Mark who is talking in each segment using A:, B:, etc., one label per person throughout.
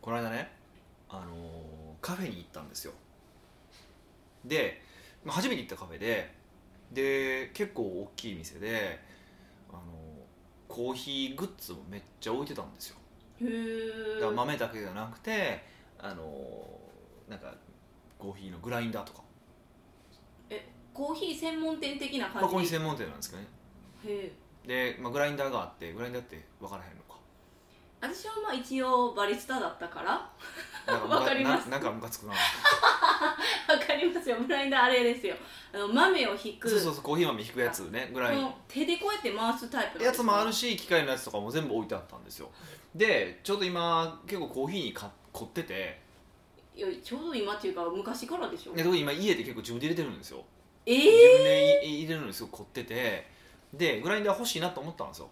A: この間ね、あのーカフェに行ったんですよでまあ初めて行ったカフェでで結構大きい店で、あのーコーヒーグッズもめっちゃ置いてたんですよ
B: へえ
A: だから豆だけじゃなくて、あのーなんかコーヒーのグラインダーとか、
B: コーヒー専門店的な
A: まあ、
B: 感
A: コーヒー
B: じへ
A: 専門店なんですけどね
B: え
A: で、まあ、グラインダーがあってグラインダーって分からへんのか
B: 私はまあ一応バリスタだったから
A: な
B: わ
A: んむ
B: わかります
A: ななんかムカつくな
B: かりますよブラインダーあれですよあの豆をひく
A: そうそうそうコーヒー豆引くやつねぐらい
B: この手でこうやって回すタイプなんです
A: やつもある
B: し
A: し機械のやつとかも全部置いてあったんですよでちょうど今結構コーヒーにか凝ってて
B: いやちょうど今っていうか昔からでしょ
A: で特に今家で結構自分で入れてるんですよ、
B: ええ
A: 自分でい入れるのにすごく凝っててでグラインダー欲しいなと思ったんですよ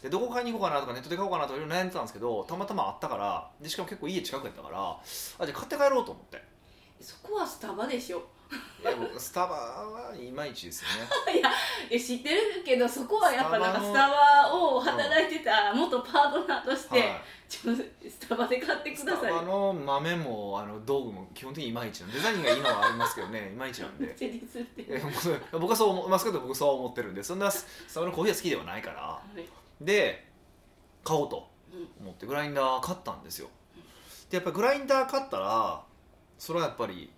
A: でどこ買いに行こうかなとかネットで買おうかなとかいろいろ悩んでたんですけどたまたまあったからでしかも結構家近くやったからあじゃあ買って帰ろうと思って
B: そこはスタバでしょ
A: いや僕スタバはいまいちですよね
B: いや知ってるけどそこはやっぱなんかス
A: ス
B: タ
A: タ
B: バを働いてた元パートナーと して、
A: はい
B: ちょっとスタバで買ってく
A: ス
B: だ
A: タ
B: さい
A: バの豆もあの道具も基本的にいまいちなんでデザインがいいのはありますけどねいまいちなん
B: めっ
A: で
B: ちゃディスって
A: いや僕は 僕はそう思マスカットは僕はそう思ってるんでそんなススタバのコーヒーは好きではないから
B: はい
A: で買おうと
B: うん
A: 思ってグラインダー買ったんですよでやっぱりグラインダー買ったらそれはやっぱり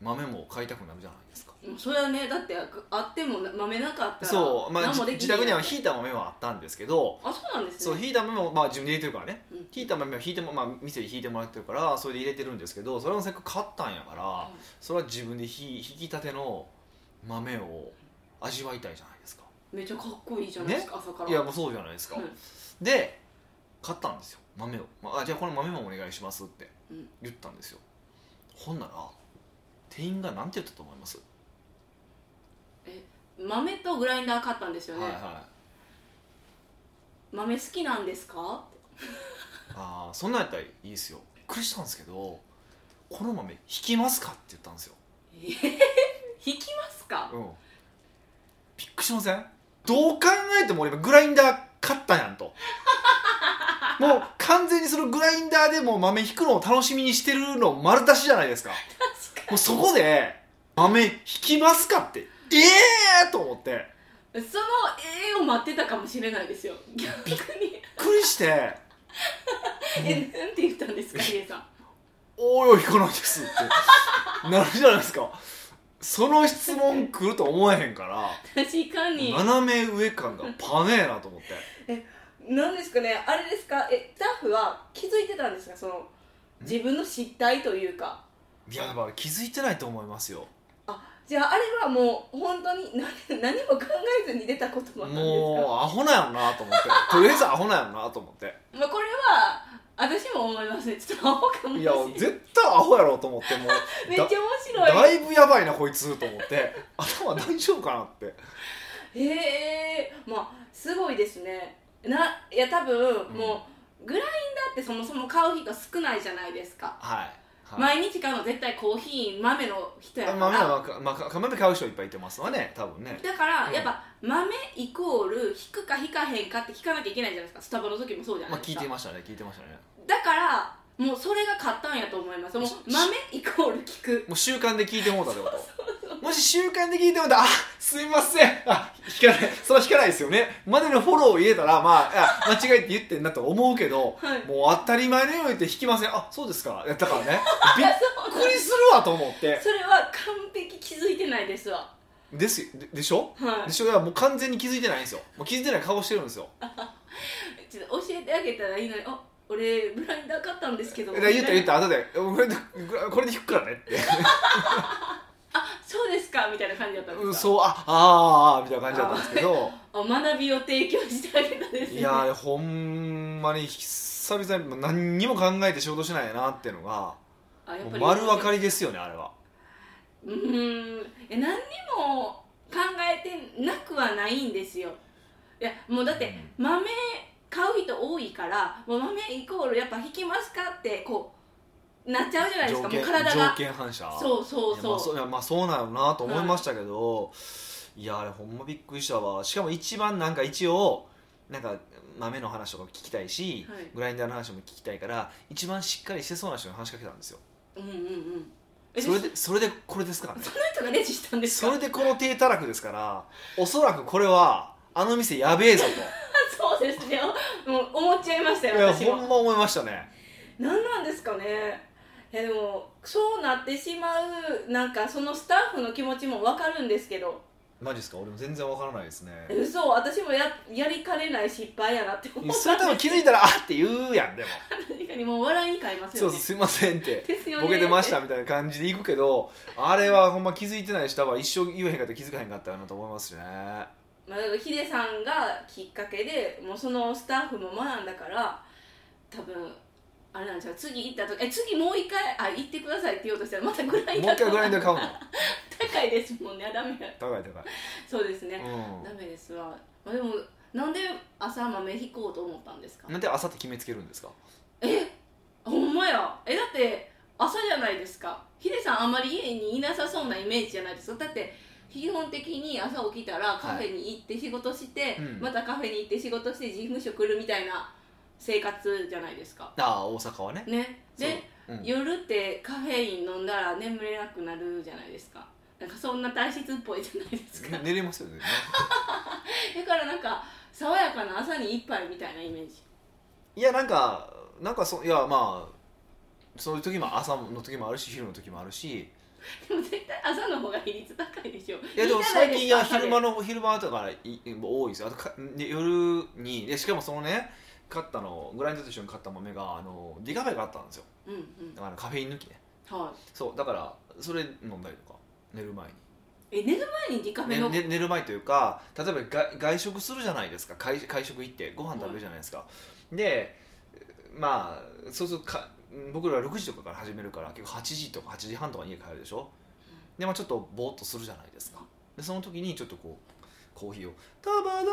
A: 豆も買いたくなるじゃないですか
B: もうそれはねだってあっても豆なかったら
A: そう、まあ、
B: 何
A: じ
B: もでき
A: 自
B: ない
A: 宅にはひいた豆はあったんですけど
B: あそうなんです
A: そう
B: ね
A: ひいた豆もまあ自分で入れてるからね
B: うん
A: ひいた豆をひいても、まあ、店でひいてもらってるからそれで入れてるんですけどそれもせっかく買ったんやからそれは自分でひ引きたての豆を味わいたいじゃないですか
B: めっちゃかっこいいじゃないですか、朝から
A: いやもうそうじゃないですか、
B: うん
A: で買ったんですよ豆を、まあ、じゃあこの豆もお願いしますって
B: うん
A: 言ったんですよ、ほんなら店員がなんて言ったと思います、
B: 豆とグラインダー買ったんですよね、
A: はいはい
B: 豆好きなんですか
A: ああそんなんやったらいいですよびっくりしたんですけどこの豆引きますかって言ったんですよ、
B: えへへ 引きますか
A: うん、びっくりしませんどう考えても俺今グラインダー買ったやん ともう完全にそのグラインダーでもう豆引くのを楽しみにしてるの丸出しじゃないですか
B: 確か
A: もうそこで豆引きますかってええー、と思って
B: にその絵を待ってたかもしれないですよ逆に
A: びっくりして
B: えなんて言ったんですかヒデさん
A: 「おーよ引かないです」ってなるじゃないですかその質問来ると思えへんから
B: 確かに
A: 斜め上感がパネーなと思って
B: なんですかねあれですかえスタッフは気づいてたんですかその自分の失態というか
A: いやだから気づいてないと思いますよ
B: じゃああれはもう本当に何何も考えずに出た言葉なんですか
A: もうアホなんやろなと思ってとりあえずアホなんやろなと思って
B: まあ、これは私も思いますねちょっとアホかも
A: い
B: し
A: や
B: れないめっ ち
A: 絶対アホやろと思って もう
B: ゃ面
A: だ
B: 白い
A: だいぶやばいなこいつと思って頭大丈夫かなって
B: へえまあすごいですねないや多分、
A: うん
B: もうグラインダーってそもそも買う人少ないじゃないですか、
A: はい、はい
B: 毎日買うの絶対コーヒー豆の人やから、
A: まあ、まあかまあか、豆買う人いっぱいいてますわね多分ね
B: だから、
A: うん
B: やっぱ豆イコール引くか引かへんかって聞かなきゃいけないじゃないですかスタバの時もそうじゃな
A: ま
B: い
A: あ聞
B: です
A: い
B: か、
A: てましたね聞いてましたね
B: だからもうそれが買ったんやと思いますもう
A: し
B: 豆イコール聞く
A: もう習慣で聞いてもうたってこともし習慣で聞いてもうたあすいませんあ引かないそれは引かないですよねまでのフォローを入れたらまああ間違えて言ってんなと思うけど、
B: はい
A: もう当たり前のように言って引きませんあそうですかやったからねびっ
B: そう
A: くりするわと思って
B: それは完璧気づいてないですわ
A: ですででしょ
B: はい
A: でしょだからもう完全に気づいてないんですよもう気づいてない顔してるんですよ
B: ちょっと教えてあげたらいいのに、あ俺、ブラインダー買ったんですけど、、
A: だから言った言ったた後でこれでこれで引くからねって
B: あそうですかみたいな感じだったんですか、
A: うんそうああーあーみたいな感じだったんですけど
B: あ学びを提供してあげたんですね、
A: いやーほんまに久々に何にも考えて仕事しないなっていうのが
B: あやっ
A: も
B: ぱ
A: う
B: り
A: 丸分かりですよねあれは
B: うーん、いや何にも考えてなくはないんですよ。いやもうだって、豆買う人多いから、もう豆イコール、やっぱ引きますかって、こう、なっちゃうじゃないです
A: 条
B: か、もう
A: 件
B: 体
A: 条
B: が。
A: 件反射
B: そうそう
A: いやま
B: そ
A: あ
B: う。
A: そういやまあそうなのなと思いましたけど、いやあれほんまびっくりしたわしかも一番なんか一応なんか豆の話とかも聞きたいし、
B: はい
A: グラインダーの話も聞きたいから一番しっかりしてそうな人に話しかけたんですよ
B: うんうんうんえ
A: それでそれでこれですからね
B: その人がレジしたんですか
A: それでこの低たらくですからおそらくこれはあの店やべえぞ
B: そうですねおもう思っちゃいました
A: とい
B: よ
A: や
B: 私
A: ほん
B: も
A: ま思いましたね
B: 何なんですかねいやでもそうなってしまうなんかそのスタッフの気持ちも分かるんですけど
A: マジですか俺も全然わからないですね
B: 嘘私もややりかねない失敗やなって思った
A: それ多分気づいたら「あっ!」て言うやん でも
B: 確かにもう笑いに変えま
A: 「
B: す
A: そう
B: よ
A: そ
B: ね
A: うすいません」 って
B: ですよね
A: ボケてましたみたいな感じで行くけどあれはほんま気づいてないし多分一生言えへんかったら気づかへんかったなと思います しね
B: まあ、だからヒデさんがきっかけでもうそのスタッフも学んだから多分あれなんですよ次行った時え次もう一回あ行ってくださいって言おうとしたらまたグライン
A: もう
B: ダー
A: 一回グラインダー買うの
B: 高いですもんねあダメだ
A: 高い高い
B: そうですね、ダ
A: う
B: メですわ、まあ、でもなんで朝豆引こうと思ったんですか
A: んなんで朝って決めつけるんですか
B: えほんまやえだって朝じゃないですかヒデさんあんまり家にいなさそうなイメージじゃないですかだって基本的に朝起きたらカフェに行って仕事して、
A: うん
B: またカフェに行って仕事して事務所来るみたいな生活じゃないですか
A: ああ大阪はね
B: ねで、
A: そううん
B: 夜ってカフェイン飲んだら眠れなくなるじゃないですかなんかそんな体質っぽいじゃないですか、
A: ね寝れますよね
B: だからなんか爽やかな朝に一杯みたいなイメージ
A: いやなんかなんかそいやまあそういう時も朝の時もあるし昼の時もあるし
B: でも絶対朝の方が比率高いでしょ
A: いやでも
B: いいじゃない
A: 最近い
B: で
A: や
B: すか
A: 昼間の昼間とからい多いですよあとかで夜にでしかもそのね買ったのグラインドと一緒に買った豆があのディカフェがあったんですよ
B: うんうん
A: だからカフェイン抜きね
B: は
A: そうだからそれ飲んだりとか寝る前に
B: いえ寝る前にディカフェの、
A: ねね寝る前というか例えば外外食するじゃないですか会会食行ってご飯食べるじゃないですか、でまあそうするとか僕ら6時とかから始めるから結構8時とか8時半とかに家帰るでしょでまあちょっとぼーっとするじゃないですかでその時にちょっとこうコーヒーを「ダバダー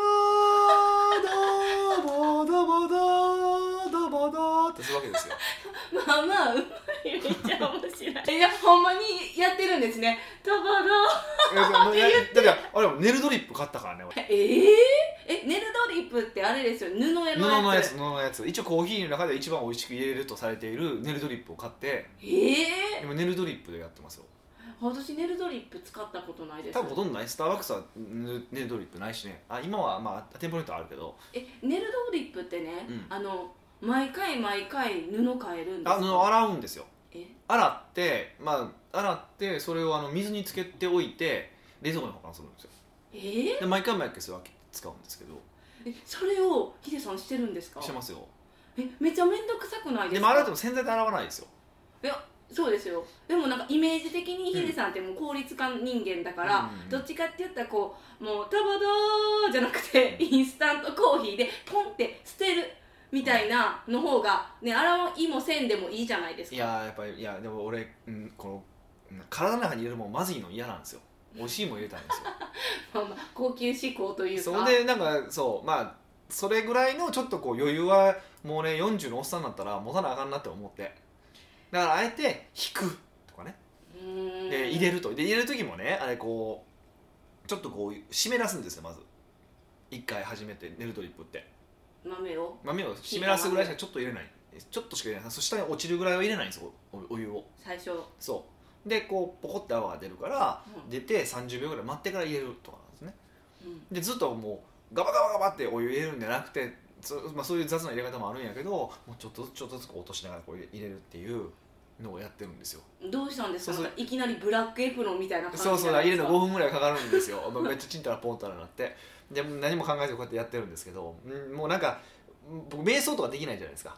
A: ダバダバダーダバダー」ってするわけ ですよ
B: まあまあうまいめっちゃ面白いえいやほんまにやってるんですねたばら
A: いやだってだってあれもネルドリップ買ったからね俺
B: えー、えネルドリップってあれですよ布のやつ
A: 布のやつ布のやつ一応コーヒーの中で一番美味しく入れるとされているネルドリップを買って
B: ええ
A: 今ネルドリップでやってますよ
B: 私ネルドリップ使ったことないです
A: 多分ほとんどないスターバックスはネネルドリップないしねあ今はまあ店舗によってはあるけど
B: えネルドリップってね、
A: うん
B: あの毎回毎回布変えるんです
A: あの洗うんですよ
B: え
A: 洗ってまあ洗ってそれをあの水につけておいて冷蔵庫に保管するんですよ
B: えー、
A: で毎回毎回それは使うんですけど
B: えそれをヒデさんしてるんですか
A: してますよ
B: えめちゃめんどくさくない
A: で
B: で
A: すも
B: か
A: 洗っても洗剤で洗わないですよ
B: そうですよでもなんかイメージ的にヒデさんってもう効率化人間だから、
A: うん
B: どっちかって言ったらこうもうタバドーじゃなくてインスタントコーヒーでポンって捨てるみたいなの方がね洗いもせんでもいいじゃないですか
A: いやーやっぱりいやでも俺、うん、このうん体の中に入れるもんまずいの嫌なんですよ美味しいもん入れたんですよ
B: まあまあ高級志向というか
A: そこでなんかそうまあそれぐらいのちょっとこう余裕はもうね40のおっさんになったら持たなあかんなって思ってだからあえて引くとかね
B: うーん
A: で入れるとで入れる時もねあれこうちょっとこう湿らすんですよまず一回始めてネルドリップって
B: 豆を
A: 豆を湿らすぐらいしかちょっと入れないちょっとしか入れないそしたら落ちるぐらいは入れないんですよおお湯を
B: 最初、うん
A: そうでこうポコって泡が出るから出て30秒ぐらい待ってから入れるとかなんですね
B: うん
A: でずっともうガバガバガバってお湯入れるんじゃなくてそ,、まあ、そういう雑な入れ方もあるんやけどもうちょっとずつちょっとずつこう落としながらこう入れ入れるっていうのをやってるんですよ
B: どうしたんですか
A: そうそう
B: なんかいきなりブラックエプロンみたいな感じ
A: そうそう
B: じゃな
A: 入
B: い
A: れ
B: で
A: る
B: す
A: の
B: か
A: 5分ぐらいかかるんですよまあめっちゃチンたらポンたらなってでもう何も考えずこうやってやってるんですけどうんもうなんかうん僕瞑想とかできないじゃないですか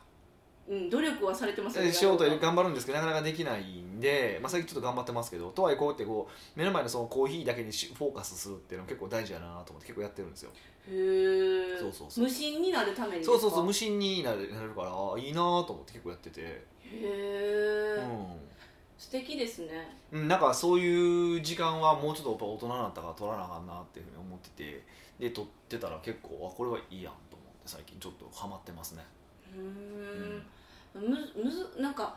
B: うん、努力はされてますよね
A: しようと頑張るんですけどなかなかできないんで、まあ、最近ちょっと頑張ってますけどとはいえこうやってこう目の前のそのコーヒーだけにしフォーカスするっていうの結構大事やなと思って結構やってるんですよ
B: へえ
A: そうそうそう
B: 無心になるためにですか
A: そうそうそう無心になるなるからあいいなと思って結構やってて、
B: へえ、
A: う
B: 素敵ですね
A: んうん、なんかそういう時間はもうちょっとやっぱ大人になったから取らなあかんなっていうふうに思っててで取ってたら結構あこれはいいやんと思って最近ちょっとハマってますね
B: うーんむむずなんか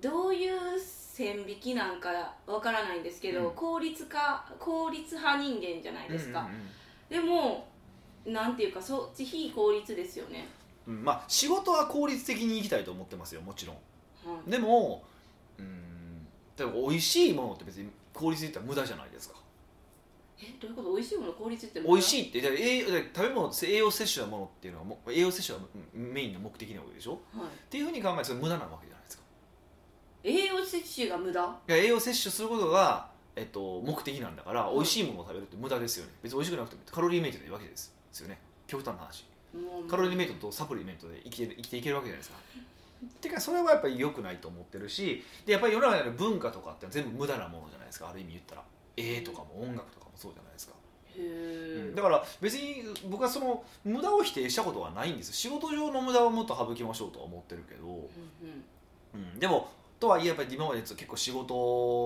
B: どういう線引きなんかわからないんですけど、
A: うん
B: 効率化効率派人間じゃないですか、
A: うんうんうん
B: でもなんていうかそっち非効率ですよね、
A: うんまあ仕事は効率的にいきたいと思ってますよもちろん
B: はい
A: でもうん例えば美味しいものって別に効率で言ったら無駄じゃないですか
B: えどういうこと美味しいもの効率って
A: 美味
B: い
A: しいってじゃあ栄養食べ物って栄養摂取なものっていうのはもう栄養摂取はメインの目的なわけでしょっ
B: はい、
A: ていうふうに考えるとそれ無駄なわけじゃないですか
B: 栄養摂取が無駄
A: いや栄養摂取することが、えっと、目的なんだから
B: うん
A: 美味しいものを食べるって無駄ですよね別に美味しくなくてもカロリーメイトでいいわけですですよね極端な話
B: もう
A: カロリーメイトとサプリメントで生きてる生きていけるわけじゃないですか。てかそれはやっぱり良くないと思ってるしでやっぱり世の中にある文化とかって全部無駄なものじゃないですかある意味言ったら絵とかも音楽とかもそうじゃないですか、
B: へえ、
A: だから別に僕はその無駄を否定したことはないんです仕事上の無駄をもっと省きましょうとは思ってるけど、
B: うんうん
A: うん、でもとはいえやっぱり今まで結構仕事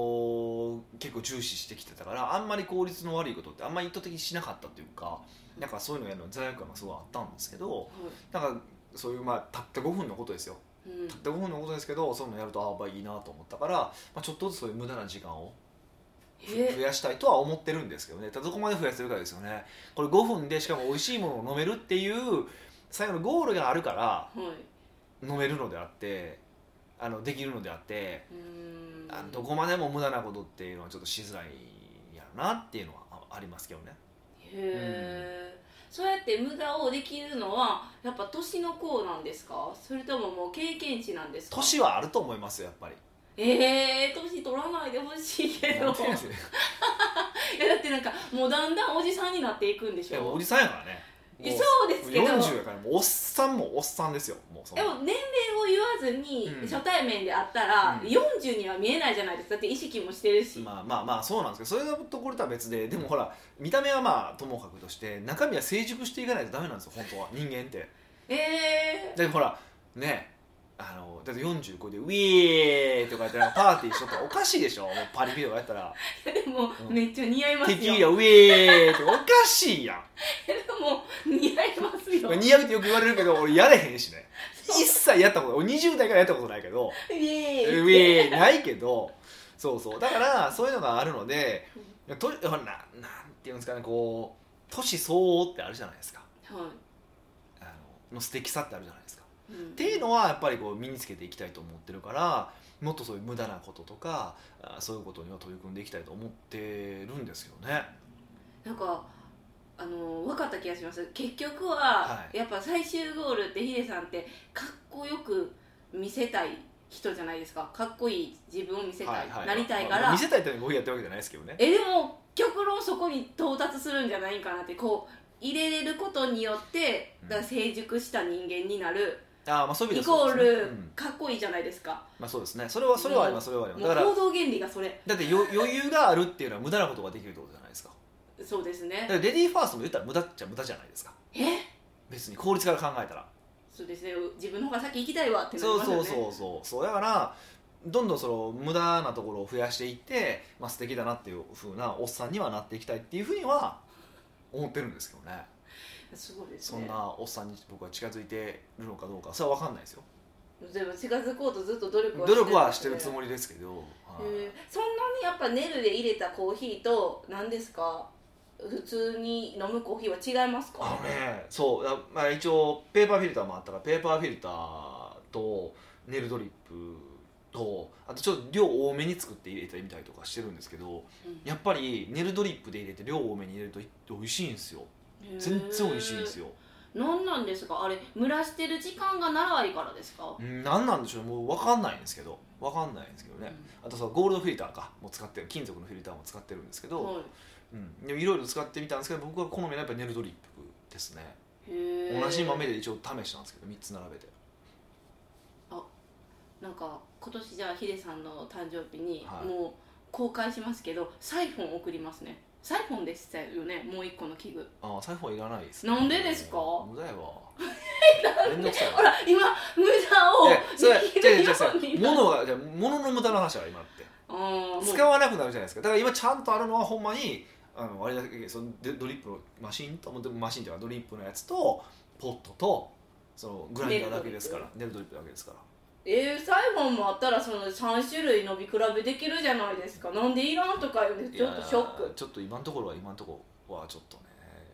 A: を結構重視してきてたからあんまり効率の悪いことってあんまり意図的にしなかったというかなんかそういうのやるのに罪悪感がすごいあったんですけど
B: は
A: なんかそういうまあたった5分のことですよ
B: いうん
A: たった5分のことですけどそういうのやるとああまあいいなと思ったから、まあ、ちょっとずつそういう無駄な時間をふ増
B: え
A: やしたいとは思ってるんですけどねただどこまで増やせるかですよねこれ5分でしかも美味しいものを飲めるっていう最後のゴールがあるから
B: はい
A: 飲めるのであってあのできるのであって
B: うーん
A: あのどこまでも無駄なことっていうのはちょっとしづらいんやろなっていうのはあありますけどね
B: へえ、そうやって無駄をできるのはやっぱ年の功なんですかそれとももう経験値なんですか
A: 年はあると思いますよやっぱり
B: ええ年取ら ないでほしいけど
A: なんていうんですか
B: いやだってなんかもうだんだんおじさんになっていくんで
A: い
B: し
A: やもう
B: ょ
A: おじさんやからね
B: いや
A: も
B: そうですけど
A: 40やからもうおっさんもおっさんですよもうそん
B: で
A: な
B: も年齢を言わずに
A: うん
B: 初対面で会ったら
A: うん
B: 40には見えないじゃないですかだって意識もしてるし、
A: まあまあまあそうなんですけどそれのところとは別ででもほら見た目はまあともかくとして中身は成熟していかないとダメなんですよ本当は人間って
B: え
A: だってほらねあのだって40超えて「ウィー!」とかやってなんかパーティーしとったらおかしいでしょもうパリピとかやった ら
B: ー、でも
A: うん
B: めっちゃ似合
A: 「
B: います
A: 敵
B: よ
A: やウィー!」とかおかしいやん
B: でも似合います よ
A: 似合うってよく言われるけど俺やれへんしね
B: そう
A: 一切やったこと俺20代からやったことないけど
B: イエーイ
A: うえないけどそうそうだからそういうのがあるのでとななんていうんですかねこう年相応ってあるじゃないですか
B: は
A: あのの素敵さってあるじゃないですか
B: い、うん
A: っていうのはやっぱりこう身につけていきたいと思ってるからもっとそういう無駄なこととかあそういうことには取り組んでいきたいと思ってるんですけどね
B: なんかあの分かった気がします結局は、
A: はい
B: やっぱ最終ゴールってヒデさんってかっこよく見せたい人じゃないですかかっこいい自分を見せたい、なりたいから、
A: まあ見せたいというのに僕やってるわけじゃないですけどね
B: えでも極論そこに到達するんじゃないかなってこう入れれることによって
A: うん
B: だから成熟した人間になる、
A: あーまあそういう意
B: イ
A: 味では
B: コ
A: そ
B: ー
A: うですね
B: ル
A: うん
B: かっこいいじゃないですか、
A: まあそうですねそれはそれはありますそれはあります
B: も
A: だ
B: う
A: から
B: 行動原理がそれ
A: だってよ余裕があるっていうのは無駄なことができるってことじゃないですか
B: そうです
A: だ
B: ね
A: からレディーファーストも言ったら無駄っちゃ無駄じゃないですか
B: え
A: 別に効率から考えたら、
B: そうですね自分の方が先行きたいわってなり
A: そう
B: ますよ
A: そ
B: ね
A: うそうそうそうだからどんどんその無駄なところを増やしていって、まあ素敵だなっていうふうなおっさんにはなっていきたいっていうふうには思ってるんですけどね
B: すごいです
A: そ
B: ね
A: んなおっさんに僕は近づいてるのかどうかそれは分かんないですよ
B: でも近づこうとずっと努力は
A: 努力はしてるつ
B: り
A: もりですけど、はい
B: そんなにやっぱネルで入れたコーヒーと何ですか普通に飲むコーヒーは違います
A: あの
B: か
A: ねそうだまあ、一応ペーパーフィルターもあったからペーパーフィルターとネルドリップとあとちょっと量多めに作って入れてみたりとかしてるんですけど
B: うん
A: やっぱりネルドリップで入れて量多めに入れるとい美味しいんですよ全然美味しいんですよ
B: へーなんなんですかあれ蒸らしてる時間が長いからですか、
A: うん何なんでしょうもう分かんないんですけど分かんないんですけどねあとさゴールドフィルターかもう使ってる金属のフィルターも使ってるんですけ
B: うん
A: ど、
B: はい
A: うん、でもいろいろ使ってみたんですけど僕が好みはやっぱりネルドリップですね
B: へー
A: 同じ豆で一応試したんですけど3つ並べて
B: なんか今年じゃあヒデさんの誕生日に
A: はい
B: もう公開しますけど、サイフォン送りますねサイフォンでしたよねもう一個の器具
A: ああ財布はいらないです、
B: なんでですか
A: 無駄や わめんどくさい
B: ほら今無
A: えそれ
B: 駄をでき
A: 違う違う違う
B: るようになる
A: 物がじゃあ物の無駄の話だから今って
B: あーもう
A: 使わなくなるじゃないですかだから今ちゃんとあるのはほんまにあのあれだけそのでドリップのマシンともうでもマシンっていうかドリップのやつとポットとそのグラインダーだけですからネルドリップだけですから
B: えー、サイフォンもあったらその3種類飲み比べできるじゃないですかなんでいらんとか言うんですちょっとショッ
A: いや
B: ク
A: ちょっと今のところは今のところはちょっとね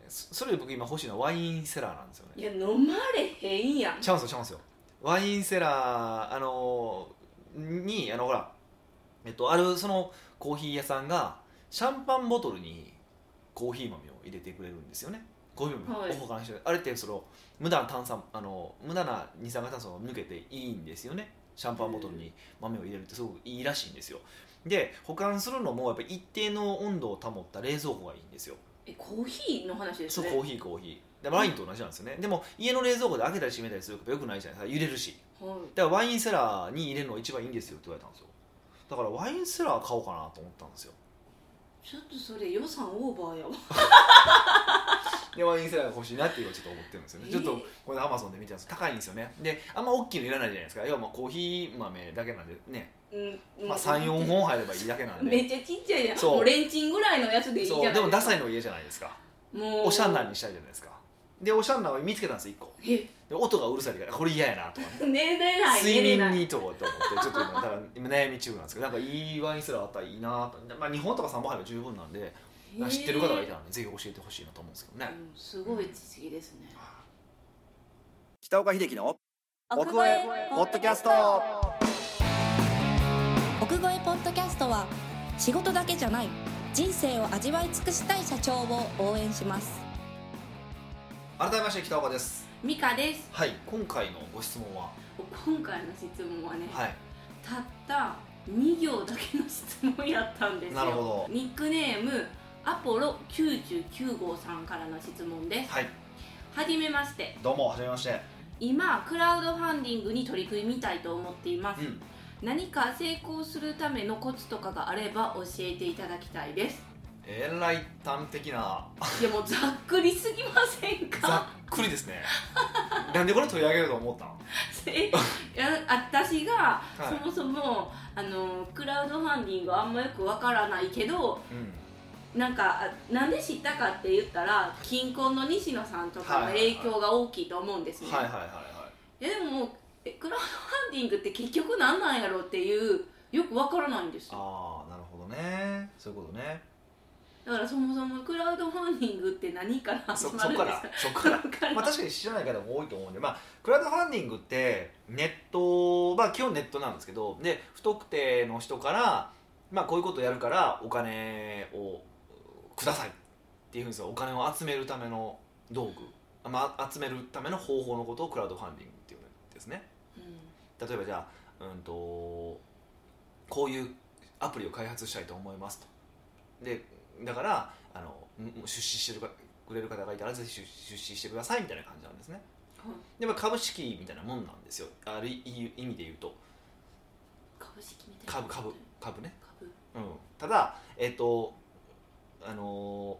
A: そそれで僕今欲しいのはワインセラーなんですよね
B: いや飲まれへんやん
A: チャンスよチャンスよワインセラーあのにあのほらえっとあるそのコーヒー屋さんがシャンパンボトルにコーヒー豆を入れてくれるんですよねコーヒー豆を
B: はい
A: お保管して、あれってその無駄な炭酸あの無駄な二酸化炭素が抜けていいんですよねシャンパンボトルに豆を入れるってすごくいいらしいんですよで保管するのもやっぱり一定の温度を保った冷蔵庫がいいんですよ
B: えコーヒーの話です
A: そう
B: ね
A: コーヒーコーヒーでワインと同じなんですよねでも家の冷蔵庫で開けたり閉めたりするからよくないじゃないですか揺れるし
B: はい
A: だからワインセラーに入れるのが一番いいんですよって言われたんですよだからワインセラー買おうかなと思ったんですよ
B: ちょっとそれ予算オーバーやわ
A: でワインセラーが欲しいなっていうのをちょっと思ってるんですよね、
B: えー
A: ちょっとこれアマゾンで見てたんです高いんですよねであんま大きいのいらないじゃないですか要はまあコーヒー豆だけなんでね、
B: うん
A: まあ、34本入ればいいだけ なん
B: め
A: で
B: っちゃちっちゃいやん
A: そう
B: もうレンチンぐらいのやつでいいじゃ
A: そ
B: な
A: う
B: い
A: でもダ
B: す
A: サいの家じゃないですか
B: かもう
A: おしゃんなんにしたいじゃないですかでおしゃんなんを見つけたんです1個
B: え
A: で音がうるさいからこれ嫌やなと かね
B: 寝れない
A: 睡
B: 寝れ
A: 眠
B: ない
A: にいいとこうと思ってちょっと今だから今悩み中なんですけどなんかいいワインセラーあったらいいなと、まあ、日本とか3本入れば十分なんで知ってる方がいたらね、ぜひ教えてほしいなと思うんですけど
B: へー
A: ね。
B: うんすごい知識ですね
A: 北岡秀樹の奥越
C: ポッドキャスト奥越えポッドキャストは仕事だけじゃない人生を味わい尽くしたい社長を応援します
A: 改めまして北岡です。
B: ミカです
A: はい、今回のご質問は、
B: 今回の質問はね、
A: はい、
B: たった2行だけの質問やったんですよ
A: なるほど
B: ニックネームアポロ99号さんからの質問です
A: はい、
B: はじめまして
A: どうもはじめまして。
B: 今クラウドファンディングに取り組みたいと思っています、
A: うん、
B: 何か成功するためのコツとかがあれば教えていただきたいです
A: えらい端的な
B: いやもうざっくりすぎませんか
A: ざっくりですね。 なんでこれ取り上げると思ったの？
B: えいや私が
A: はい
B: そもそもあのクラウドファンディングはあんまよくわからないけど
A: う
B: なんかあなんで知ったかって言ったら近婚の西野さんとかの影響が大きいと思うんです
A: ん、
B: ね、
A: はいはいはいはい。
B: えでもえクラウドファンディングって結局何なんやろっていうよくわからないんですよ
A: ああ、なるほどね。そういうことね。
B: だからそもそもクラウドファンディングって何から
A: そ
B: 始
A: そ
B: まるん
A: こ
B: で
A: か、
B: すから
A: そこから。
B: わから
A: まあ、
B: ない
A: 確かに知らない方も多いと思うんで、まあ、クラウドファンディングってネット、まあ、基本ネットなんですけどで不特定の人から、まあ、こういうことをやるからお金をくださいっていうふうにそうお金を集めるための道具、まあ、集めるための方法のことをクラウドファンディングっていうんですね。
B: うん
A: 例えばじゃあ、うん、とこういうアプリを開発したいと思いますとでだからあのん出資してるかくれる方がいたらぜひ出出資してくださいみたいな感じなんですね
B: はい
A: で、まあ、株式みたいなもんなんですよある意意味で言うと
B: 株式みたいな
A: 株株株ね、
B: 株
A: うん、ただえっ、とあの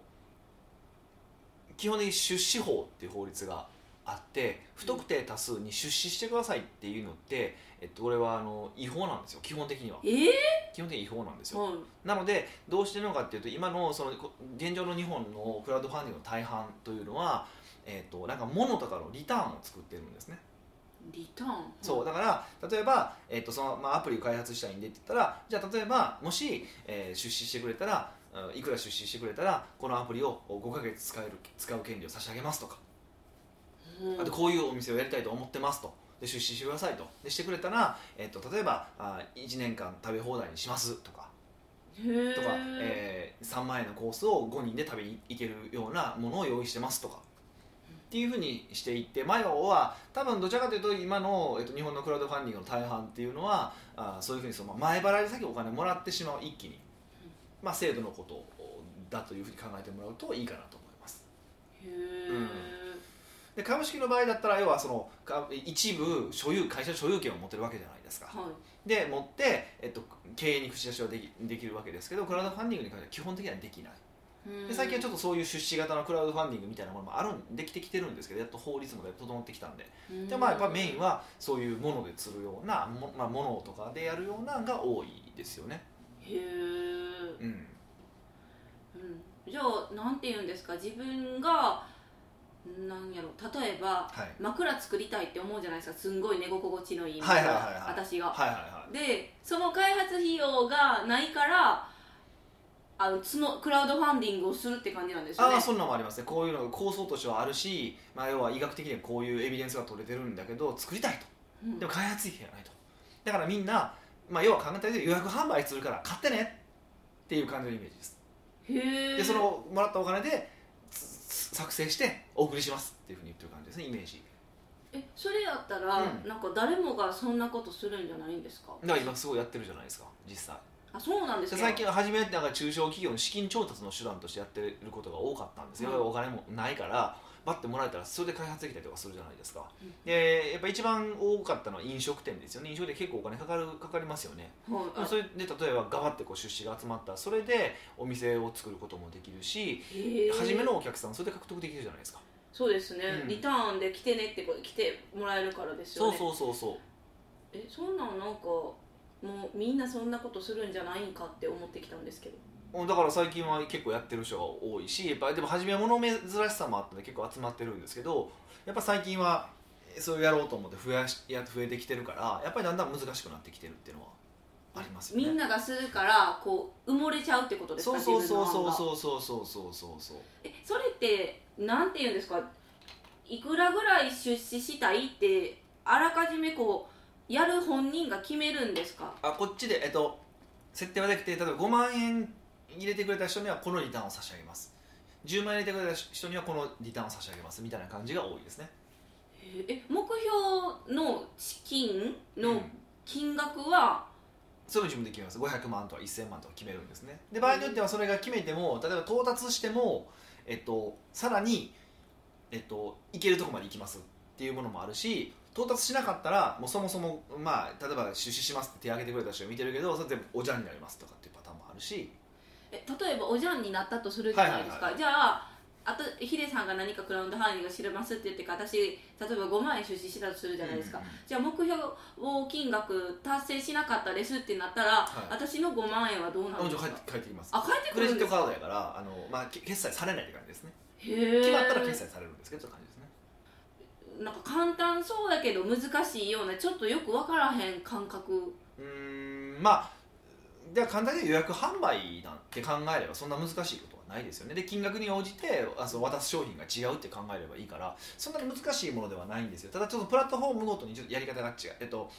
A: ー基本的に出資法っていう法律があって不特定多数に出資してくださいっていうのって、えっと、これはあの違法なんですよ基本的には
B: ええ
A: 基本的に違法なんです
B: ー、
A: よ
B: はい
A: なのでどうしてるのかっていうと今のそのこ現状の日本のクラウドファンディングの大半というのは、えっとなんか物とかのリターンを作ってるんですね
B: リターン
A: そうだから例えば、えっとそのまあ、アプリを開発したいんでって言ったらじゃあ例えばもし、えー出資してくれたらうんいくら出資してくれたらこのアプリを5ヶ月使える使う権利を差し上げますとか
B: うん
A: あとこういうお店をやりたいと思ってますとで出資してくださいとでしてくれたら、えっと例えばあ1年間食べ放題にしますとか
B: へえ
A: とか、えー3万円のコースを5人で食べに行けるようなものを用意してますとか。っていうふうにしていってマヨは多分どちらかというと今の、えっと、日本のクラウドファンディングの大半っていうのはあーそういうふうにそのまあ前払い先お金もらってしまう一気に、まあ、制度のことだというふうに考えてもらうといいかなと思います。
B: へえ、
A: うんで株式の場合だったら要はそのか一部所有会社の所有権を持ってるわけじゃないですか。
B: はい
A: で持って、えっと、経営に口出しはできできるわけですけどクラウドファンディングに関しては基本的にはできない。で最近はちょ
B: っ
A: っとそういう出資型のクラウドファンディングみたいなものもあるんできてきてるんですけどやっと法律もだいぶ整ってきたんで
B: と
A: で、まあ、やっぱメインはそういうもので釣るようなも,、まあ、ものとかでやるようなのが多いですよね、
B: へえ
A: うん、
B: うん、じゃあなんて言うんですか自分がなんやろ例えば
A: はい
B: 枕作りたいって思うじゃないですかすんごい寝心地のいい
A: は
B: 枕、
A: いはいはいはい
B: 私が、
A: はいはいは
B: でその開発費用がないからあのつのクラウドファンディングをするって感じなんですよ
A: あ
B: ね
A: あそんなのもありますねこういうのが構想としてはあるし、まあ、要は医学的にはこういうエビデンスが取れてるんだけど作りたいと
B: うん
A: でも開発費がないとだからみんな、まあ、要は考えたで予約販売するから買ってねっていう感じのイメージです
B: へえ
A: でそのもらったお金でつつ作成してお送りしますっていうふうに言ってる感じですねイメージ
B: えそれやったら、
A: うん
B: なんか誰もがそんなことするんじゃないんですか
A: だから今すごいやってるじゃないですか実際
B: あそうなんです
A: で
B: か
A: 最近は初めなんか中小企業の資金調達の手段としてやってることが多かったんですよ、
B: うん
A: お金もないからバッてもらえたらそれで開発できたりとかするじゃないですか、
B: うん
A: でやっぱ一番多かったのは飲食店ですよね飲食店結構お金かかるかかりますよね
B: はいあ
A: それで例えばガバってこう出資が集まったらそれでお店を作ることもできるし
B: へえ
A: 初めのお客さんそれで獲得できるじゃないですか、
B: そうですね、
A: うん
B: リターンで来てねってこと来てもらえるからですよ
A: そ
B: ね
A: うそうそうそう
B: えそんなんなんかもうみんなそんなことするんじゃないんかって思ってきたんですけど
A: うんだから最近は結構やってる人が多いしやっぱでも初めは物珍しさもあったんで結構集まってるんですけどやっぱ最近はえそうやろうと思って増やしや増えてきてるからやっぱりだんだん難しくなってきてるっていうのはありますよね
B: みん
A: な
B: ながするからこう埋もれちゃうってことです
A: そ
B: か
A: うそう
B: 自分
A: そう
B: の
A: そう
B: 案
A: そ
B: が
A: うそうそうそうそうそう
B: えそれってなんて言うんですかいくらぐらい出資したいってあらかじめこうやる本人が決めるんですか
A: あこっちでえっと設定はできて例えば5万円入れてくれた人にはこのリターンを差し上げます10万円入れてくれた人にはこのリターンを差し上げますみたいな感じが多いですね
B: ええ目標の資金
A: うん
B: の金額は、
A: すぐ自分で決めます500万とか1000万とか決めるんですねで場合によってはそれが決めても例えば到達しても、えっと、さらに、えっと、行けるとこまで行きますっていうものもあるし到達しなかったらもうそもそも、まあ、例えば出資しますって手挙げてくれた人を見てるけどそれ全部おじゃんになりますとかっていうパターンもあるし
B: え例えばおじゃんになったとするじゃないですか、
A: はいはいはい
B: じゃああとヒデさんが何かクラウドファンディングを知れますって言ってから私例えば5万円出資したとするじゃないですか、
A: うんうん
B: じゃあ目標を金額達成しなかったですってなったら、
A: はい
B: 私の5万円はどうな
A: うんもち
B: るんで
A: ろ
B: す
A: ん帰
B: か
A: って帰ってきます
B: あ帰って
A: ク
B: く
A: レ
B: る
A: ジ
B: ん
A: ッ
B: で
A: ト
B: す
A: カ
B: か
A: ードやからあの、まあ、け決済されないって感じですね
B: へえ
A: 決まったら決済されるんですけどって感じですね
B: なんか簡単そうだけど難しいようなちょっとよく分からへん感覚
A: うーんまあでは簡単に予約販売なんて考えればそんな難しいことはないですよねで金額に応じてあそう渡す商品が違うって考えればいいからそんなに難しいものではないんですよただちょっとプラットフォームごとにちょっとやり方が違う、えっと、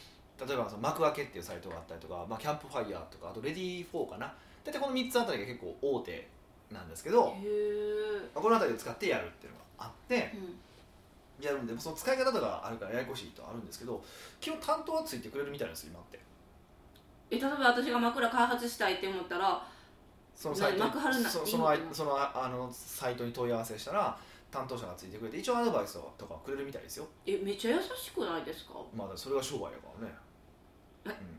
A: 例えばその幕開けっていうサイトがあったりとか、まあ、キャンプファイヤーとかあとレディーフォーかな大体この3つあたりが結構大手なんですけど、ま
B: へえ
A: あこのあたりを使ってやるっていうのがあってやるんでその使い方とかあるからややこしいとはあるんですけど基本担当はついてくれるみたいなんですよ今って
B: え例えば私が枕開発したいって思ったら
A: そのサイト
B: ね幕張るな
A: そ
B: いい
A: そのあい
B: のかな
A: そのああのサイトに問い合わせしたら担当者がついてくれて一応アドバイスとかくれるみたいですよ
B: えめっちゃ優しくないですか
A: まあだからそれが商売やからね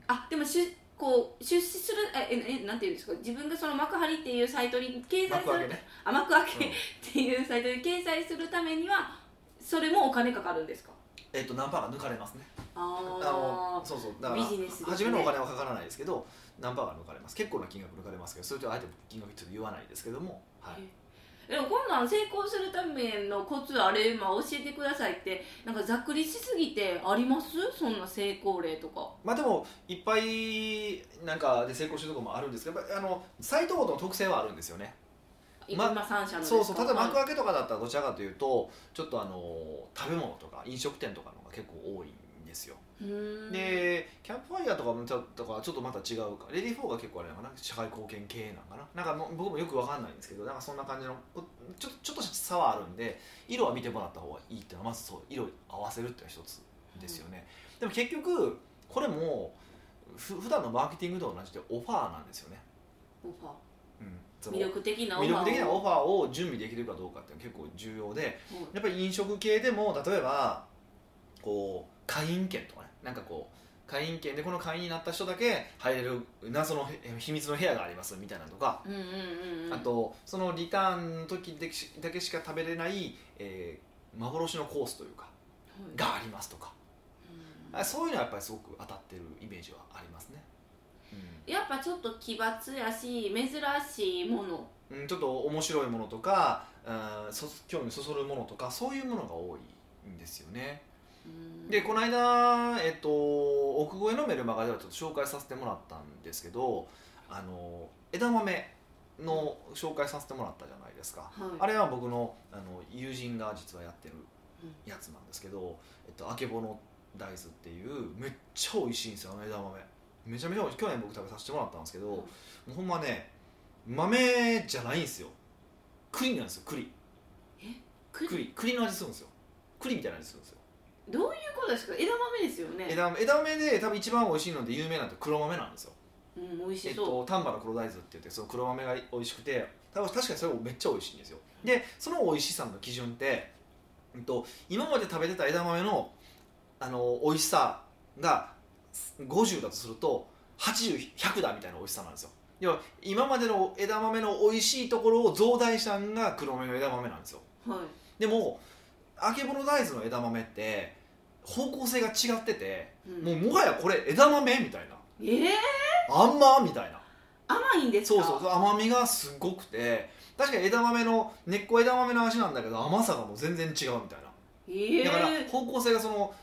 B: あでもしゅこう出資するえええなんていうんですか自分がその幕張っていうサイトに掲載
A: 幕
B: す
A: 開け
B: る
A: ね、
B: あ幕開
A: うん
B: けっていうサイトに掲載するためにはそれもお金かかるんですか
A: えっと何パーが抜かれますねあ
B: あ
A: の
B: あ
A: そうそうだから
B: ビジネスですね
A: 初めのお金はかからないですけど何パーが抜かれます結構な金額抜かれますけどそれとあえて金額ちょっと言わないですけども、はい、
B: でもこんなん成功するためのコツあれ今教えてくださいってなんかざっくりしすぎてありますそんな成功例とか
A: まあでもいっぱいなんかで成功してるところもあるんですけどやっぱあのサイトごとの特性はあるんですよねま
B: 今三社のですか
A: そうそうただ幕開けとかだったらどちらかというとちょっとあの食べ物とか飲食店とかの方が結構多いんですよ、
B: うーん
A: でキャンプファイヤーとかもちょっとかちょっとまた違うかレディー・フォーが結構あれなのかな社会貢献系なんかななんかもう僕もよくわかんないんですけどなんかそんな感じのこちょっとちょっとした差はあるんで色は見てもらった方がいいっていうのはまずそう色を合わせるっていうのは一つですよね、でも結局これもふ普段のマーケティングと同じでオファーなんですよね、
B: オファー
A: うん、その
B: 魅力的なオフ
A: 魅力
B: ァーを
A: 的なオファーを準備できるかどうかっていうのは結構重要で
B: うん
A: やっぱり飲食系でも例えばこう会員権とかねなんかこう会員権でこの会員になった人だけ入れる謎のへ秘密の部屋がありますみたいなのとか、
B: うんうんうんうん
A: あとそのリターンの時だけしだけしか食べれない、えー幻のコースというか
B: はい
A: がありますとか
B: うん
A: あそういうのはやっぱりすごく当たってるイメージはありますね。うん
B: やっぱちょっと奇抜やし珍しいもの
A: うん、ちょっと面白いものとか、うん、そ興味そそるものとかそういうものが多いんですよね。
B: うん
A: でこの間、えっと、奥越えのメルマガではちょっと紹介させてもらったんですけどあの枝豆の紹介させてもらったじゃないですか、
B: はい
A: あれは僕のあの友人が実はやってる
B: うん
A: やつなんですけど、えっと、あけぼの大豆っていうめっちゃ美味しいんですよあの枝豆めちゃめちゃ美味しい去年僕食べさせてもらったんですけど、
B: うん
A: もうほんまね豆じゃないんですよ栗なんですよ栗
B: 栗
A: 栗栗の味するんですよ栗みたいな味するんですよ
B: どういうことですか枝豆ですよね
A: 枝豆枝豆で多分一番美味しいので有名なのって黒豆なんですよ
B: うん美味
A: え
B: し
A: っ
B: そう、
A: と、丹波の黒大豆って言ってその黒豆が美味しくて多分確かにそれもめっちゃ美味しいんですよでその美味しさの基準って、うんと、今まで食べてた枝豆のあの美味しさが50だとすると80100だみたいな美味しさなんですよ要は今までの枝豆の美味しいところを増大したんが黒豆の枝豆なんですよ
B: はい
A: でもあけぼの大豆の枝豆って方向性が違ってて
B: うん
A: もうもはやこれ枝豆みたいな
B: ええ
A: あんまみたいな
B: 甘いんです
A: そう
B: か
A: そうそう甘みがすごくて確かに枝豆の根っこ枝豆の味なんだけど甘さがもう全然違うみたいな、
B: ええ
A: だから方向性がその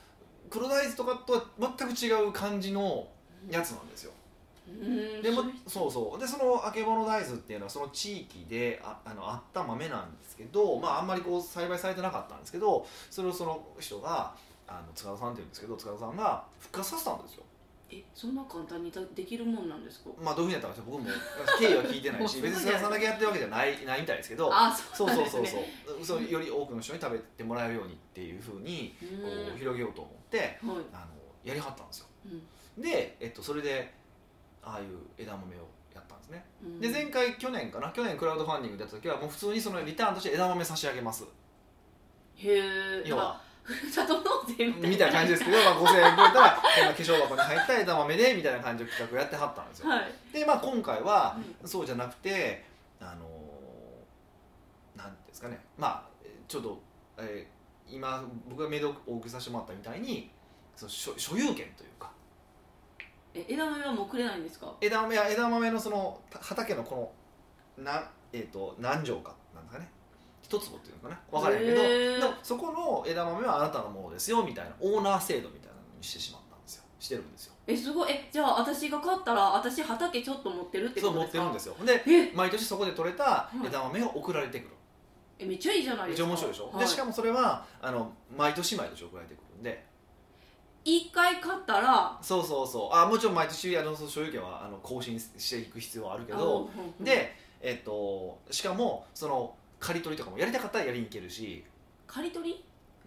A: 黒大豆とかとは全く違う感じのやつなんですよ、
B: うん
A: でも
B: それ
A: そうそうでそのあけぼの大豆っていうのはその地域でああのあった豆なんですけど、まあ、あんまりこう栽培されてなかったんですけどそれをその人があの塚田さんっていうんですけど塚田さんが復活させたんですよ
B: えそんな簡単にたできるもんなんですか
A: まあどういうふうにやったか僕も経緯は聞いてないし
B: もうすごい
A: 別に塚田さんだけやってるわけじゃないないみたいですけど
B: あ
A: そ
B: そう
A: う
B: なん
A: そう
B: です
A: そう
B: ね
A: そうそうより多くの人に食べてもらえるようにっていうふうに
B: う
A: こ
B: ん
A: う広げようと思って
B: はい
A: あのやりはったんですよ
B: うん
A: で、えっと、それでああいう枝豆をやったんですね
B: うん
A: で前回去年かな去年クラウドファンディングでやった時はもう普通にそのリターンとして枝豆差し上げます
B: へえ
A: 要は
B: ふるさと納 税みたいな
A: みたいな感じですけど、まあ、5000円超えたらこんな化粧箱に入った枝豆でみたいな感じの企画をやってはったんですよ
B: はい、
A: でまあ今回は
B: うん
A: そうじゃなくてあのーなんていうんですかねまあちょっと、えー今僕がメイドをお送りさせてもらったみたいにその所所有権というか
B: え枝豆はもうくれないんですか
A: 枝豆や枝豆のそのた畑のこのな、えー、と何畳かなんですかね一坪っていうのかな分からへんけど
B: へー
A: でもそこの枝豆はあなたのものですよみたいなオーナー制度みたいなのにしてしまったんですよしてるんですよ
B: えすごいえじゃあ私が買ったら私畑ちょっと持ってるって
A: そ
B: こ
A: う持
B: とで
A: っ
B: す
A: て
B: か
A: るんですよで
B: え
A: 毎年そこで取れた
B: い
A: 枝豆が送られてくる
B: えめっちゃいいじゃない
A: めっ
B: です
A: ちゃ
B: か
A: 面白いでしょ、
B: はい
A: でしかもそれはあの毎年毎年送られてくるんで
B: 一回買ったら
A: そうそうそうあもちろん毎年あのその所有権はあの更新していく必要はあるけど、
B: あ、うんうん
A: で、えっとしかもその刈り取りとかもやりたかったらやりに行けるし
B: 刈り取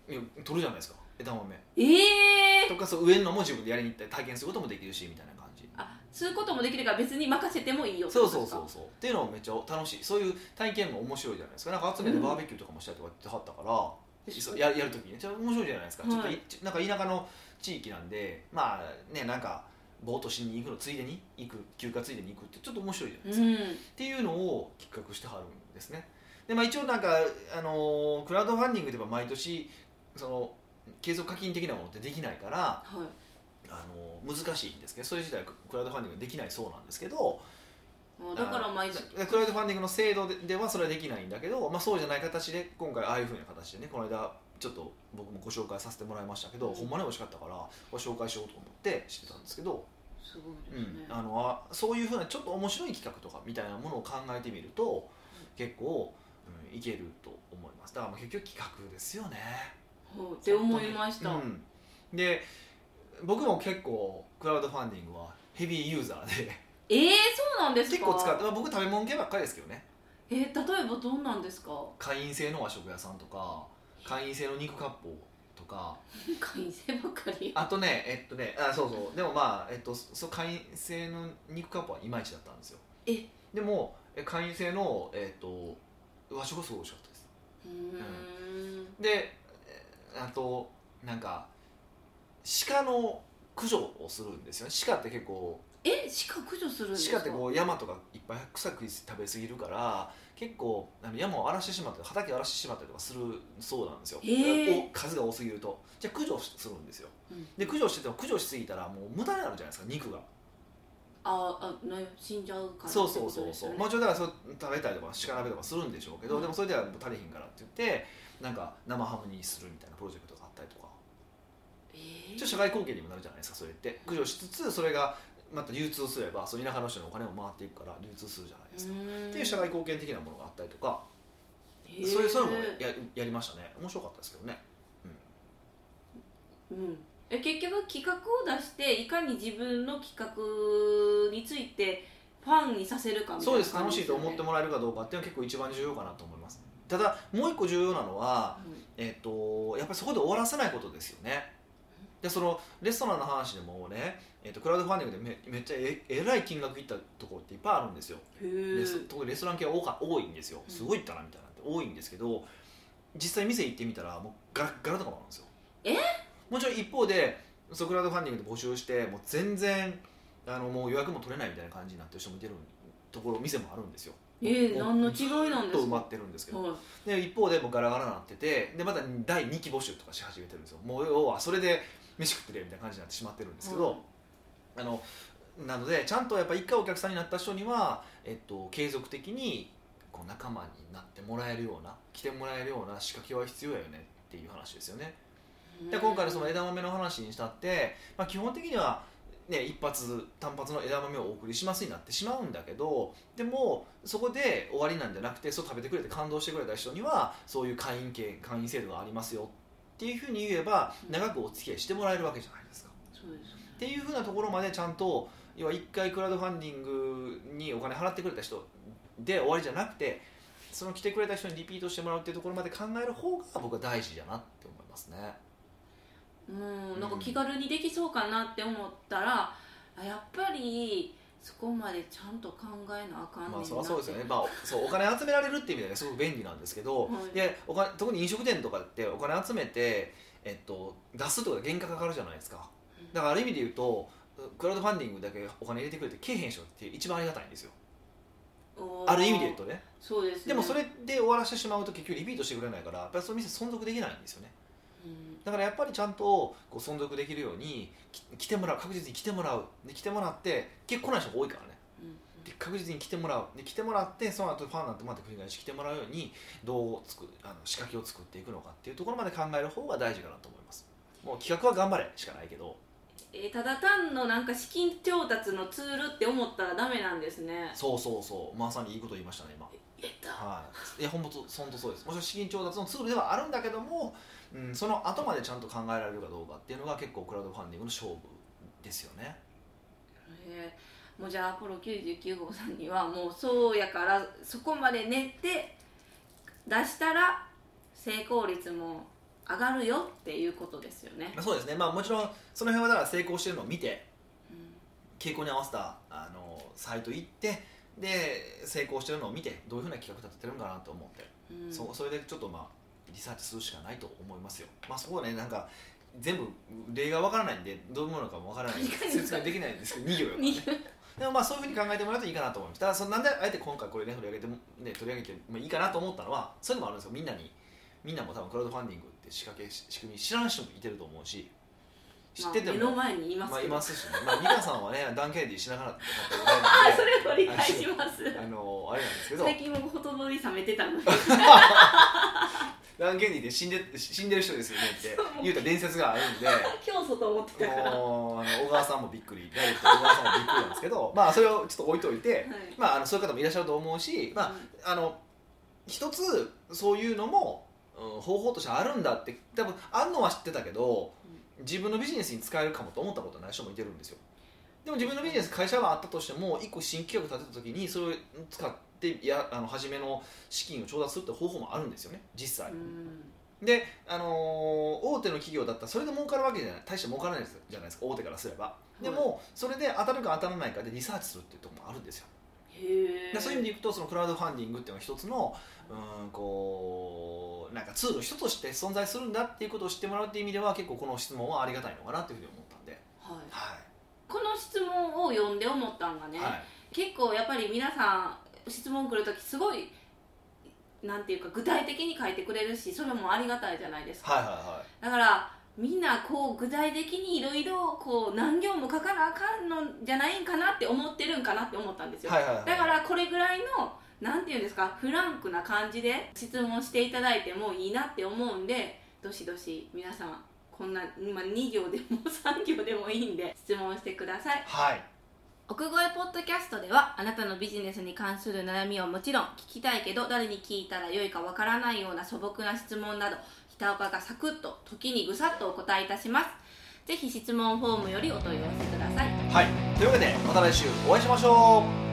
B: り
A: いや取るじゃないですか枝豆
B: ええ
A: とかそう植えるのも自分でやりに行ったり体験することもできるしみたいな感じ
B: あそういうこともできるから別に任せてもいいよって
A: そ
B: こ
A: う
B: と
A: そ
B: で
A: う
B: すか
A: そうそうっていうのもめっちゃ楽しいそういう体験も面白いじゃないですかなんか集めてバーベキューとかもしたりとかってはったから、そうややるときねちょっと面白いじゃないですか、
B: はい
A: ちょっといちなんか田舎の地域なんでまあねなんかぼーっとしに行くのついでに行く休暇ついでに行くってちょっと面白いじゃないですか、
B: うん
A: っていうのを企画してはるんですねでまあ一応なんか、あのークラウドファンディングでは毎年その継続課金的なものってできないから、
B: はい
A: あのー難しいんですけどそれ自体クラウドファンディングできないそうなんですけど
B: あだから毎月
A: あクラウドファンディングの制度でではそれはできないんだけど、まあ、そうじゃない形で今回ああいうふうな形でねこの間ちょっと僕もご紹介させてもらいましたけど、
B: うん
A: ほんまに美味しかったからご紹介しようと思ってしてたんですけど、
B: すごいで
A: う
B: す
A: ん
B: ね、
A: あのあそういうふうなちょっと面白い企画とかみたいなものを考えてみると結構、うんいけると思いますだからまあ結局企画ですよね。
B: はいって思いました、
A: うんで僕も結構クラウドファンディングはヘビーユーザーで
B: ええそうなんですか
A: 結構使って、まあ、僕食べ物系ばっかりですけどね
B: えー、例えばどんなんですか
A: 会員制の和食屋さんとか会員制の肉割烹とか
B: 会員制ばっかり
A: あとねえっとねあそうそうでもまあ、えっと、そ会員制の肉割烹はいまいちだったんですよ
B: え
A: でもえ会員制の、えっと、和食はすごい美味しかったです
B: うーん
A: でえあとなんか鹿の駆除をするんですよね鹿って結構
B: え鹿駆除するんですか
A: 鹿ってこう山とかいっぱい草食い食べ過ぎるから結構あの山を荒らしてしまったり畑を荒らしてしまったりとかするそうなんですよ、
B: へ
A: お
B: ー
A: 数が多すぎるとじゃあ駆除するんですよ
B: うん
A: で駆除してても駆除しすぎたらもう無駄になるじゃないですか肉が、
B: ああ、ね、死んじゃうから
A: そうそうそうそう、
B: って
A: まあ
B: こ
A: ちょっとだからそれ食べたりとか鹿鍋とかするんでしょうけど、
B: うん
A: でもそれではもう足りひんからって言ってなんか生ハムにするみたいなプロジェクトがあったりとか
B: とですよね
A: ちょ
B: え
A: っと社会貢献にもなるじゃないですかそれって駆除しつつそれがまた流通すればその田舎の人にお金も回っていくから流通するじゃないですか、
B: ん
A: っていう社会貢献的なものがあったりとか、
B: へー
A: そういうそういうのもややりましたね面白かったですけどね、
B: うん、え結局企画を出していかに自分の企画についてファンにさせるかみたい
A: そう
B: な
A: です楽しいと思って
B: も
A: もらえるかどうかっていうのは結構一番重要かなと思いますただもう一個重要なのは、えっとやっぱりそこで終わらせないことですよねでそのレストランの話でもね、えっとクラウドファンディングでめめっちゃええらい金額いったところっていっぱいあるんですよ
B: へ
A: レ
B: え
A: ス特にレストラン系は多か多いんですよ
B: うん
A: すごい行ったなみたいなって多いんですけど実際店行ってみたらもうガラッガラとかもあるんですよ
B: え
A: もちろん一方でソクラウドファンディングで募集してもう全然あのもう予約も取れないみたいな感じになってる人も出るところ店もあるんですよ
B: えー
A: もう
B: 何の違いなん
A: ずっ
B: ですか
A: と埋まってるんですけど、
B: は
A: で一方でもうガラガラなっててでまた第2期募集とかし始めてるんですよもう要はそれで飯食ってるみたいな感じになってしまってるん
B: い
A: ですけど、あのなのでちゃんとやっぱ一回お客さんになった人には、えっと、継続的にこう仲間になってもらえるような来てもらえるような仕掛けは必要やよねっていう話ですよね。
B: うん
A: で今回のその枝豆の話にしたって、まあ、基本的には、ね、一発単発の枝豆をお送りしますになってしまうんだけどでもそこで終わりなんじゃなくてそう食べてくれて感動してくれた人にはそういう会員権会員制度がありますよっていうふうに言えば長くお付き合いしてもらえるわけじゃないですか。
B: そうですね
A: っていうふうなところまでちゃんと要は1回クラウドファンディングにお金払ってくれた人で終わりじゃなくてその来てくれた人にリピートしてもらうっていうところまで考える方が僕は大事だなって思いますね。
B: うんなんか気軽にできそうかなって思ったらあやっぱりそこまでちゃんと考えなあかんねんな
A: まあ
B: って
A: そりゃそうですよね、まあ、そうお金集められるっていう意味ではすごく便利なんですけど、
B: はい
A: でお金特に飲食店とかってお金集めて、えっと、出すとか原価かかるじゃないですかだからある意味で言うとクラウドファンディングだけお金入れてくれてけえへん人って一番ありがたいんですよ
B: おー
A: ある意味で言うとね
B: そうですね
A: でもそれで終わらせてしまうと結局リピートしてくれないからやっぱりその店存続できないんですよね
B: うん
A: だからやっぱりちゃんとこう存続できるようにき来てもらう確実に来てもらうで来てもらって結構来ない人が多いからね
B: うん
A: で確実に来てもらうで来てもらってその後ファンになってまた繰り返し来てもらうようにどうつくあの仕掛けを作っていくのかっていうところまで考える方が大事かなと思いますもう企画は頑張れしかないけど
B: えーただ単のなんか資金調達のツールって思ったらダメなんですね
A: そうそうそうまさにいいこと言いましたね今
B: やった
A: はい、いやほんとほんとそうですもちろん資金調達のツールではあるんだけども、うん、その後までちゃんと考えられるかどうかっていうのが結構クラウドファンディングの勝負ですよね
B: えーもうじゃあアポロ99号さんにはもうそうやからそこまで練って出したら成功率も上がるよっていうことですよね
A: ま、あそうですねまあもちろんその辺はだから成功してるのを見て
B: うん
A: 傾向に合わせたあのサイト行ってで成功してるのを見てどういうふうな企画立ててるのかなと思って、
B: うん
A: そそれでちょっとまあリサーチするしかないと思いますよまあそこはねなんか全部例がわからないんでどういうものかもわからないんで
B: 確かに
A: 説明できないん ですけど2行よ、
B: に
A: でもまあそういうふうに考えてもらうといいかなと思いますただそのなんであえて今回これね取り上げても、ね、取り上げてもいいかなと思ったのはそういうのもあるんですよみんなにみんなも多分クラウドファンディングって仕掛けし仕組み知らない人もいてると思うし知ってて
B: まあ目
A: も、
B: の前にいます
A: まあ、
B: け
A: い
B: ど、
A: ますし、ね、まあ、ミカさんは ね、ダン・ケネディしながらって買った
B: あ
A: こと
B: そ
A: ない
B: れを理解します
A: ので、あのあれなんですけど、
B: 最近もほとぼり冷めて たので
A: ダン・ケネディで死んで死んでる人ですよねって言うた伝説があるん で、
B: 教祖と思ってたから、は
A: もうあの小川さんもびっくり、ダイレクト小川さんもびっくりなんですけど、まあ、それをちょっと置いといて、
B: い
A: まあ、あのそういう方もいらっしゃると思うし、まあ、あの一つそういうのも、うん方法としてあるんだって多分あんのは知ってたけど自分のビジネスに使えるかもと思ったことない人もいてるんですよでも自分のビジネス会社があったとしても一個新企画立てた時にそれを使ってやあの初めの資金を調達するって方法もあるんですよね実際、
B: うん
A: で、あのー大手の企業だったらそれで儲かるわけじゃない大して儲からないですじゃないですか大手からすればでもそれで当たるか当たらないかでリサーチするっていうところもあるんですよ
B: へえ
A: でそういう意味でいくとそのクラウドファンディングっていうのは一つのうーんこうなんかツールの一つとして存在するんだっていうことを知ってもらうっていう意味では結構この質問はありがたいのかなっていうふうに思ったんで、
B: はい
A: は
B: この質問を読んで思ったんが
A: い
B: ね、
A: はい、
B: 結構やっぱり皆さん質問来る時すごいなんていうか具体的に書いてくれるしそれもありがたいじゃないですか、
A: はいは
B: だからみんなこう具体的にいろいろこう何行も書かなあかんのじゃないんかなって思ってるんかなって思ったんです
A: い
B: よ、
A: はいはいはいはい
B: だからこれぐらいのなんていうんですかフランクな感じで質問していただいてもいいなって思うんでどしどし皆さんこんな、まあ、2行でも3行でもいいんで質問してください
A: はい
B: 奥越えポッドキャストではあなたのビジネスに関する悩みはもちろん聞きたいけど誰に聞いたらよいかわからないような素朴な質問など北岡がサクッと時にぐさっとお答えいたしますぜひ質問フォームよりお問い合わせください
A: はいというわけでまた来週お会いしましょう